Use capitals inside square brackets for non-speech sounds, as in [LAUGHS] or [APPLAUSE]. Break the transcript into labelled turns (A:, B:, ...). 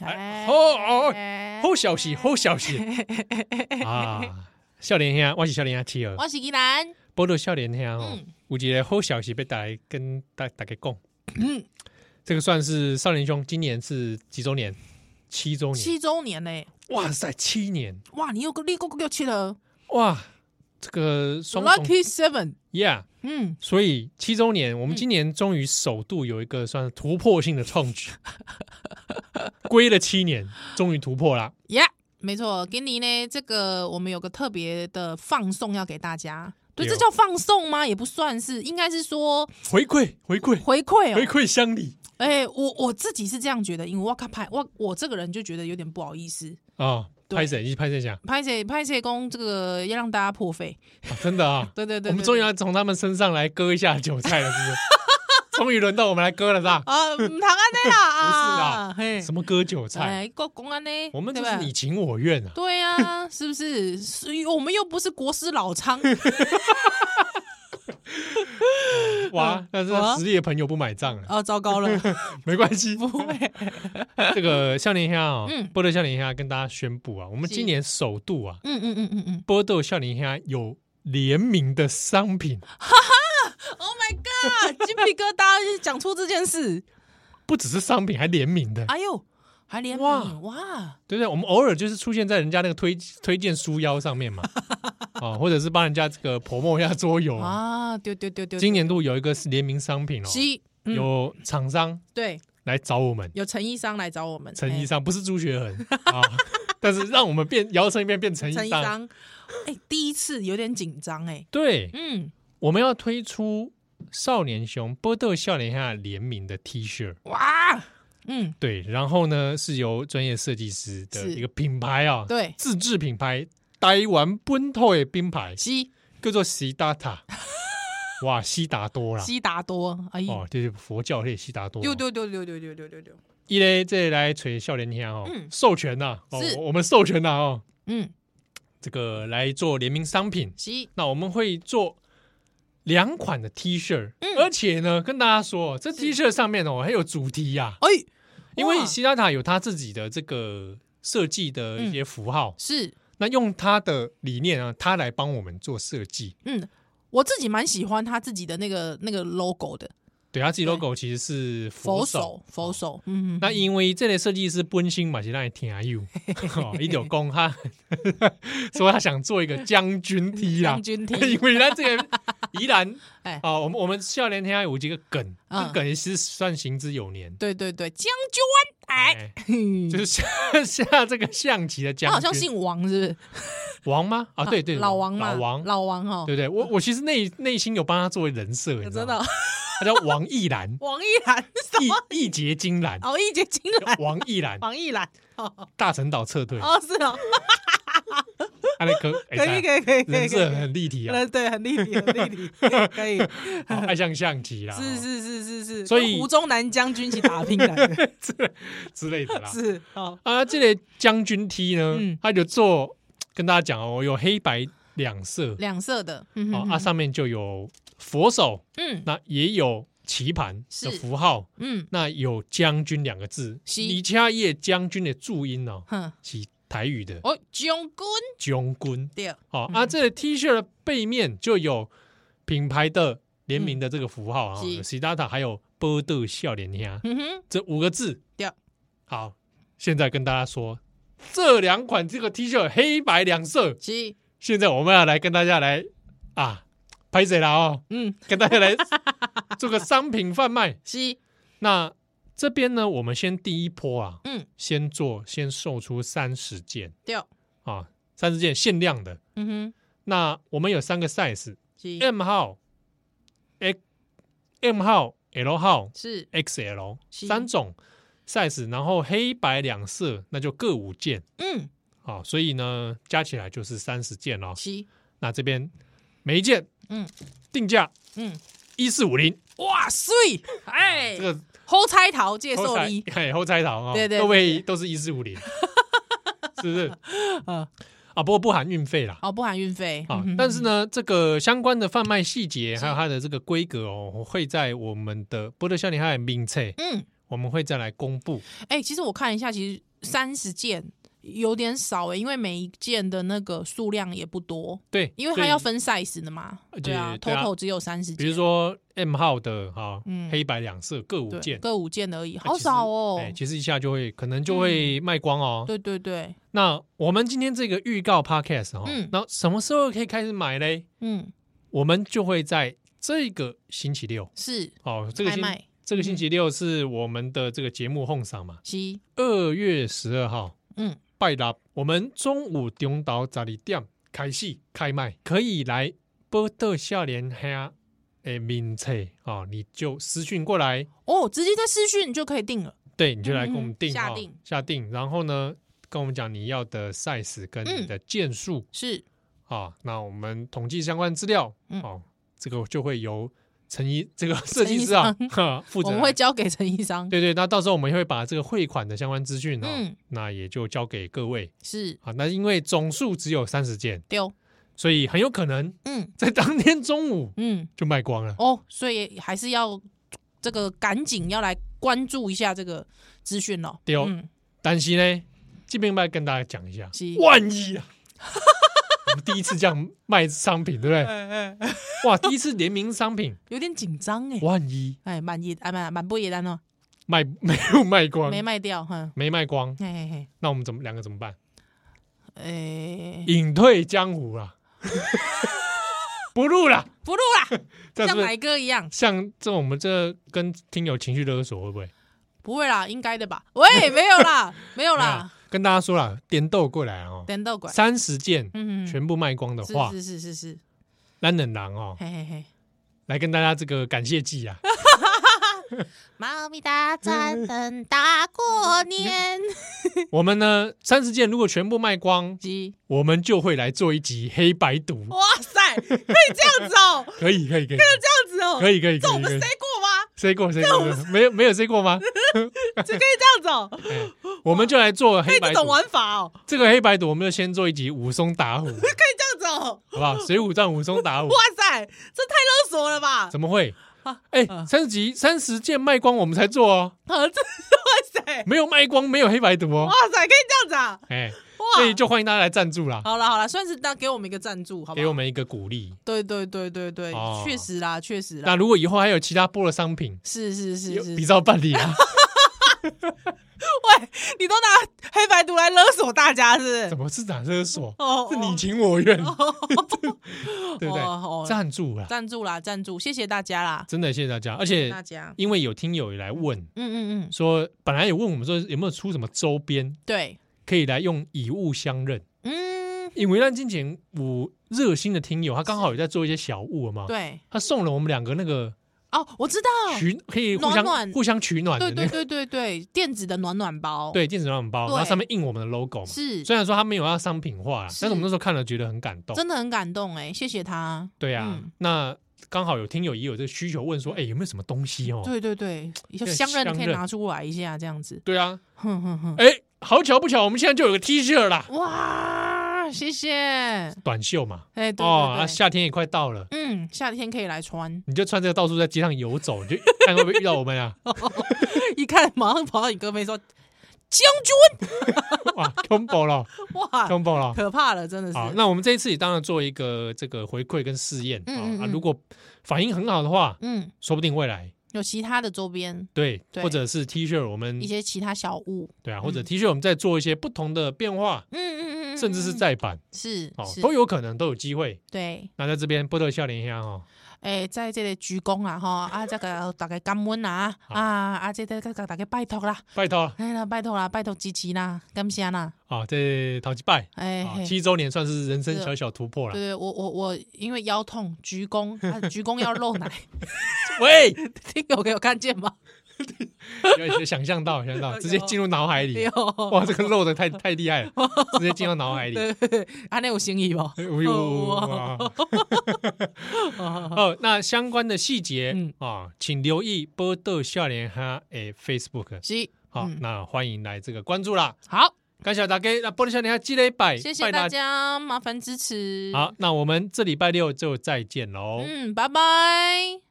A: 哎
B: 好哦，好消息，好消
A: [LAUGHS]
B: 息啊！笑脸兄，我是笑脸兄企鹅，
A: 我是依兰，
B: 波多笑脸兄哦
A: 嗯，
B: 有一个好消息被大家跟大大家讲，
A: 嗯
B: 这个算是少年兄今年是几周年？七周年！
A: 七周年嘞！
B: 哇塞，七年！
A: 哇，你又个立功又去了
B: 哇，这个双重
A: ，Lucky Seven，
B: yeah，
A: 嗯，
B: 所以七周年，我们今年终于首度有一个算是突破性的
A: [LAUGHS]
B: 创举，归了七年，终于突破啦！
A: 耶、没错，给你呢，这个我们有个特别的放送要给大家。对，
B: 有
A: 这叫放送吗？也不算是，应该是说
B: 回馈，回馈，
A: 回馈
B: 回
A: 哦。
B: 馈乡里
A: 哎、我我自己是这样觉得，因为我卡拍我我这个人就觉得有点不好意思，
B: 啊！
A: 对
B: 拍谁？一起拍谁啊讲？
A: 拍谁拍谁工这个要让大家破费。
B: 啊真的啊！
A: [LAUGHS] 对对对
B: 我们
A: 对
B: 终于
A: 对
B: 要从他们身上来割一下韭菜了，是
A: [LAUGHS]
B: 不是？终于轮到我们来割了，是吧？
A: 啊，唔谈安内啦啊，
B: [LAUGHS] 不是
A: 嘿
B: 什么割韭菜？
A: 哎，国公安呢？
B: 我们
A: 对
B: 就
A: 吧
B: 是你情我愿啊！
A: 对啊，是不是？是我们又不是国师老
B: [LAUGHS]
A: 仓，啊
B: 哇，但是
A: 哇
B: 实力的朋友不买账了，
A: 啊，糟
B: [LAUGHS]
A: 糕了，
B: 没关系。
A: 不会，
B: 这个笑脸虾啊
A: 嗯，
B: 波特笑脸虾跟大家宣布啊，我们
A: 是
B: 今年首度啊，
A: 嗯嗯嗯嗯嗯
B: 波豆笑脸虾有联名的商品，
A: ，Oh my god，鸡皮疙瘩，讲出这件事，
B: 不只是商品，还联名的，
A: 哎呦，还连
B: 哇
A: 名哇，
B: 对不对？我们偶尔就是出现在人家那个推推荐书腰上
A: [LAUGHS]
B: 面嘛，啊，或者是帮人家这个 promo 一下桌游啊。
A: 啊，丢丢丢丢，
B: 今年度有一个是联名商品哦，
A: 鸡嗯哎
B: 有厂商
A: 对，
B: 来找我们，
A: 有陈医商来找我们，
B: 陈医
A: 医
B: 生不是朱学
A: [LAUGHS]
B: 恒啊，但是让我们变摇身一变变陈
A: 陈医
B: 医生。
A: 商，哎，第一次有点紧张哎，
B: 对，
A: 嗯，
B: 我们要推出少年熊波豆笑脸下联名的 T 恤，
A: 哇，嗯，
B: 对，然后呢是由专业设计师的
A: 是
B: 一个品牌啊，
A: 对，
B: 自制品牌台湾本土的品牌
A: 西
B: 叫做西达
A: [LAUGHS]
B: 塔，哇，西达多啦，
A: 西达多，哎呦，
B: 啊哦，就是佛教类西达多，
A: 丢丢丢丢丢丢丢丢丢，
B: 一嘞，这来锤笑脸天哦
A: 嗯，
B: 授权呐、哦
A: 是，
B: 我我们授权呐、哦，
A: 嗯，
B: 这个来做联名商品。
A: 西，
B: 那我们会做两款的 T 恤，
A: 嗯
B: 而且呢，跟大家说，哦这 T 恤上面哦还有主题呀、
A: 哎，
B: 因为
A: 哇
B: 希拉塔有他自己的这个设计的一些符号，
A: 是。
B: 那用他的理念啊，他来帮我们做设计。
A: 嗯，我自己蛮喜欢他自己的那个那个 logo 的
B: 对，他自己
A: 对
B: logo 其实是佛
A: 佛
B: 手。哦
A: 手佛手，嗯，
B: 那因为这类设计师本身嘛是让你听
A: [LAUGHS]
B: 有，一有公他 [LAUGHS] 说他想做一个将军 T 啦
A: 将，军
B: [LAUGHS] 因
A: T，
B: 为他
A: [LAUGHS]
B: 这个宜兰
A: 哎
B: 啊，我们我们笑脸天下有几个梗，
A: 嗯
B: 那梗也是算行之有年，
A: 对对对，将军，哎，
B: 哎，
A: 嘿 [LAUGHS]
B: 就是下 [LAUGHS] 下这个象棋的将军，
A: 他好像姓王是不是？
B: 王吗？啊，对对，
A: 老王嘛，
B: 老王，
A: 老王哈，
B: 对不对？我我其实内内心有帮他作为人设，你知道
A: 哦真
B: 吗
A: 的，，
B: 他叫王一兰
A: [LAUGHS] 王一兰，
B: [LAUGHS]
A: 什么？
B: 义义结金兰，
A: 哦，一杰金
B: [LAUGHS]
A: 兰，
B: 王一兰，
A: 王一兰，
B: 大陈岛撤退，
A: 哦，是哦，
B: 安利可哎
A: 可以可以可以可
B: 人
A: 以，
B: 设
A: 可以
B: 很立体啊，
A: 呃对，很立体，很
B: [LAUGHS]
A: 立体，可以，
B: 好哦爱像象棋啦，
A: 是
B: 哦
A: 是是是是，
B: 所
A: 跟
B: 以
A: 胡宗南将军一起打拼来
B: [LAUGHS]
A: 的，
B: 之类的啦。
A: 是哦，
B: 啊，这类将军 T 呢
A: 嗯，
B: 他就做跟大家讲哦，有黑白两色
A: 两色的，嗯
B: 哦
A: 哼，
B: 啊，
A: 哼
B: 上面就有佛手，
A: 嗯
B: 那也有棋盘
A: 是
B: 的符号，
A: 嗯
B: 那有将军两个字，
A: 是
B: 李恰叶将军的注音哦，
A: 哼，
B: 是台语的
A: 哦，嗯将军
B: 将军
A: 对。
B: 哦啊，这个 T 恤的背面就有品牌的联名的这个符号啊，
A: 是
B: 有喜达塔还有波特笑脸鸭
A: 嗯哼，
B: 这五个字。
A: 对
B: 好，现在跟大家说，这两款这个 T 恤黑白两色，
A: 是，
B: 现在我们要来跟大家来啊，拍谁了哦，
A: 嗯，
B: 跟大家来做个商品贩卖。
A: 是，
B: 那这边呢，我们先第一波啊，
A: 嗯，
B: 先做先售出三十件
A: 对，
B: 啊，三十件限量的。
A: 嗯哼，
B: 那我们有三个 size
A: 是
B: M 号、X M 号、L 号
A: 是
B: XL
A: 是
B: 三种 size，然后黑白两色，那就各五件
A: 嗯
B: 啊、所以呢加起来就是三十件哦。
A: 是
B: 那这边每一件，
A: 嗯，
B: 定价
A: 嗯，
B: 一四五零，
A: 哇水，哎
B: 啊这，个
A: 后猜桃借
B: 后
A: 寿
B: 拆
A: 礼，
B: [LAUGHS] 嘿后拆堂哦，
A: 对对对
B: 各位都是一四
A: [LAUGHS]
B: 五零，是不是？
A: 嗯
B: 啊，不过不含运费啦。
A: 哦不含运费
B: 啊
A: 嗯哼，
B: 但是呢，这个相关的贩卖细节
A: 是
B: 还有它的这个规格哦，我会在我们的波特少年汉名册
A: 嗯
B: 我们会再来公布。
A: 哎、其实我看一下，其实三十件有点少哎、因为每一件的那个数量也不多，
B: 对，
A: 因为
B: 所
A: 它
B: 以
A: 要分 size 的嘛。
B: 而且
A: 对啊
B: 对啊
A: ，total 只有三十件，
B: 比如说 M 号的哈，
A: 嗯
B: 黑白两色各五
A: 对
B: 件，
A: 各五件而已，
B: 那
A: 好
B: 其实
A: 少哦。嗯
B: 哎，其实一下就会可能就会卖光哦。
A: 对对对，
B: 那我们今天这个预告 podcast 哈
A: 嗯，
B: 那什么时候可以开始买嘞？
A: 嗯，
B: 我们就会在这个星期六
A: 是
B: 哦，这个
A: 拍
B: 星
A: 卖嗯
B: 这个星期六是我们的这个节目哄赏嘛，
A: 七，
B: 二月十二号
A: 嗯，
B: 拜六，我们中午中岛十二点开始开卖，可以来波特笑脸黑诶名册哦，你就私讯过来，
A: 哦，直接在私讯你就可以定了。
B: 对，你就来跟我们定、
A: 嗯下
B: 哦
A: 定
B: 下定，然后呢，跟我们讲你要的 size 跟你的件数
A: 是，
B: 啊、那我们统计相关资料、
A: 嗯
B: 哦，这个就会由陈怡这个设计师啊
A: 陈医生
B: 哈 [LAUGHS] 负责
A: 我
B: 来，
A: 们会交给陈医生。
B: 对对，那到时候我们会把这个汇款的相关资讯啊、哦，
A: 嗯
B: 那也就交给各位
A: 是
B: 啊。那因为总数只有三十件，
A: 丢，
B: 所以很有可能
A: 嗯
B: 在当天中午
A: 嗯，
B: 就卖光了。
A: 哦，所以还是要这个赶紧要来关注一下这个资讯咯。
B: 丢
A: 嗯，
B: 哦但是呢，这边要跟大家讲一下
A: 是，
B: 万一啊，我们第一次这样卖商品，对
A: [LAUGHS]
B: 不对？哇，第一次联名商品，
A: 有点紧张哎，
B: 万一
A: 哎，满意哎满满不也单哦，
B: 卖 [LAUGHS] 没有卖光，
A: 没卖掉哈，
B: 没卖光，
A: 嘿嘿嘿，
B: 那我们怎么两个怎么办？
A: 哎，
B: 隐退江湖啦， [LAUGHS] 不录啦，
A: 不录啦，
B: [LAUGHS] 这
A: 像
B: 样是不是
A: 奶哥一样，
B: 像这种我们这跟听友情绪勒索会不会？
A: 不会啦，应该的吧？喂，没有啦，没有
B: 没有啊
A: 啦，，
B: 跟大家说了，点豆过来哦，
A: 等到管，
B: 三十件
A: 嗯，
B: 全部卖光的话，
A: 是是是是是，
B: 蓝冷狼哦，
A: 嘿嘿嘿。
B: 来跟大家这个感谢祭啊， [LAUGHS]
A: 猫咪大战等大过年，
B: 我们呢三十件如果全部卖光，
A: 鸡，
B: 我们就会来做一集黑白读，
A: 哇塞，可以这样子哦，
B: 可以可以可
A: 这
B: 以，
A: 样子哦，
B: 可以可以
A: 这我
B: 可以
A: 们
B: 可以
A: 塞，过吗？
B: 谁过谁过，没有没有谁过吗？
A: 这可以这样子哦，
B: 哎
A: [LAUGHS]
B: 我们就来做
A: 可
B: 黑
A: 以
B: 白
A: 这
B: 读
A: 种，玩法哦，
B: 这个黑白读我们就先做一集武松打
A: [LAUGHS]
B: 虎，
A: 可以这样子哦，
B: 好不好？水浒传武松打虎
A: 哇，塞，这太勒索了吧？
B: 怎么会
A: 啊？
B: 哎
A: 啊，
B: 三十集三十件卖光我们才做哦，
A: [LAUGHS] 啊，这哇塞，
B: 没有卖光，没有黑白读哦
A: 哇。塞，可以这样子啊，
B: 哎，所以
A: 哇，
B: 就欢迎大家来赞助啦，
A: 好了好了，算是当给我们一个赞助，好不好？
B: 给我们一个鼓励。
A: 对对对对对
B: 哦，
A: 确实啦，确实啦
B: 那，如果以后还有其他播的商品，
A: 是是是
B: 有
A: 是
B: 比，照办理 [LAUGHS] 啊，
A: [LAUGHS] 喂，你都拿黑白毒来勒索大家是不是
B: 怎？么是打勒索？
A: 哦 [LAUGHS]
B: 是你情我愿， [LAUGHS] 对不对？
A: 哦
B: 赞助啦，
A: 赞助啦，赞助，谢谢大家啦，
B: 真的谢谢大家。而
A: 大
B: 且
A: 家，
B: 因为有听友也来问
A: 嗯嗯嗯，
B: 说，本来有问我们说有没有出什么周边
A: 对，
B: 可以来用以物相认，
A: 嗯，
B: 因为烂金钱五热心的听友，他刚好有在做一些小物嘛，
A: 对，
B: 他送了我们两个那个
A: 哦，我知道，
B: 取可以互相
A: 暖暖
B: 互相取暖的
A: 对
B: 那
A: 对
B: 个
A: 对对对，电子的暖暖包，，
B: 对电子暖暖包，
A: 对
B: 然后上面印我们的 logo 嘛。
A: 是，
B: 虽然说他没有要商品化啦，
A: 是
B: 但是我们那时候看了觉得很感动。
A: 真的很感动哎，谢谢他，
B: 对啊，
A: 嗯
B: 那刚好有听友也有这个需求，问说，哎、有没有什么东西哦？
A: 对对对，有
B: 对
A: 相认
B: 相
A: 可以
B: 认
A: 拿出来一下，这样子，
B: 对啊，
A: 哼哼哼，
B: 哎、好巧不巧，我们现在就有个 T 恤啦，
A: 哇，谢谢，
B: 短袖嘛，
A: 哎，对
B: 哦，
A: 对
B: 那、
A: 对，
B: 夏天也快到了，
A: 嗯，夏天可以来穿，
B: 你就穿这个到处在街上游走，你就 [LAUGHS] 看会不会遇到我们啊？
A: 一看马上跑到你隔壁说，将
B: 哇
A: [LAUGHS]
B: ，combo 了
A: 军，哇，
B: ，combo 了。
A: 可怕了，真的是，
B: 好，那我们这一次也当然做一个这个回馈跟试验啊
A: 嗯嗯
B: 啊，
A: 嗯
B: 如果反应很好的话，
A: 嗯，
B: 说不定未来
A: 有其他的周边，
B: 对，
A: 对
B: 或者是 T 恤，我们
A: 一些其他小物，
B: 对啊，或者
A: 嗯
B: T 恤我们再做一些不同的变化，
A: 嗯嗯嗯嗯，
B: 甚至是
A: 嗯
B: 再版
A: 是
B: 哦，
A: 是
B: 都有可能，都有机会。
A: 对，
B: 那在这边波特笑脸香哦，
A: 诶、在这里鞠躬
B: [LAUGHS]
A: 啊，哈啊，这个大家感恩啊，
B: 好
A: 啊啊，这个大家拜托啦，
B: 拜托
A: 哎啦，拜托啦，拜托支持啦，感谢啦，
B: 啊，这淘气拜
A: 哎、
B: 啊，
A: 嘿
B: 七周年算是人生小小突
A: 对
B: 破了。
A: 对，我我我因为腰痛，鞠躬，啊、鞠躬要
B: [LAUGHS]
A: 露奶，
B: 喂，
A: 听友给我看见吗？
B: 有有想象到，想象到，直接进入脑海里
A: 有。
B: 哇，这个漏的太太
A: [LAUGHS]
B: 厉害了，直接进入脑海里。
A: 哦对对对，安内有心
B: [LAUGHS]
A: 意不？
B: 哎呦哇哦，那相关的细节
A: 嗯
B: 啊，请留意波特笑脸哈诶 Facebook。
A: 是
B: 好，
A: 嗯
B: 那欢迎来这个关注啦。
A: 好，
B: 感谢大家，那波特笑脸哈积累百，
A: 谢谢大。家，麻烦支持，
B: 好，，那我们这礼拜六就再见喽。
A: 嗯，拜拜。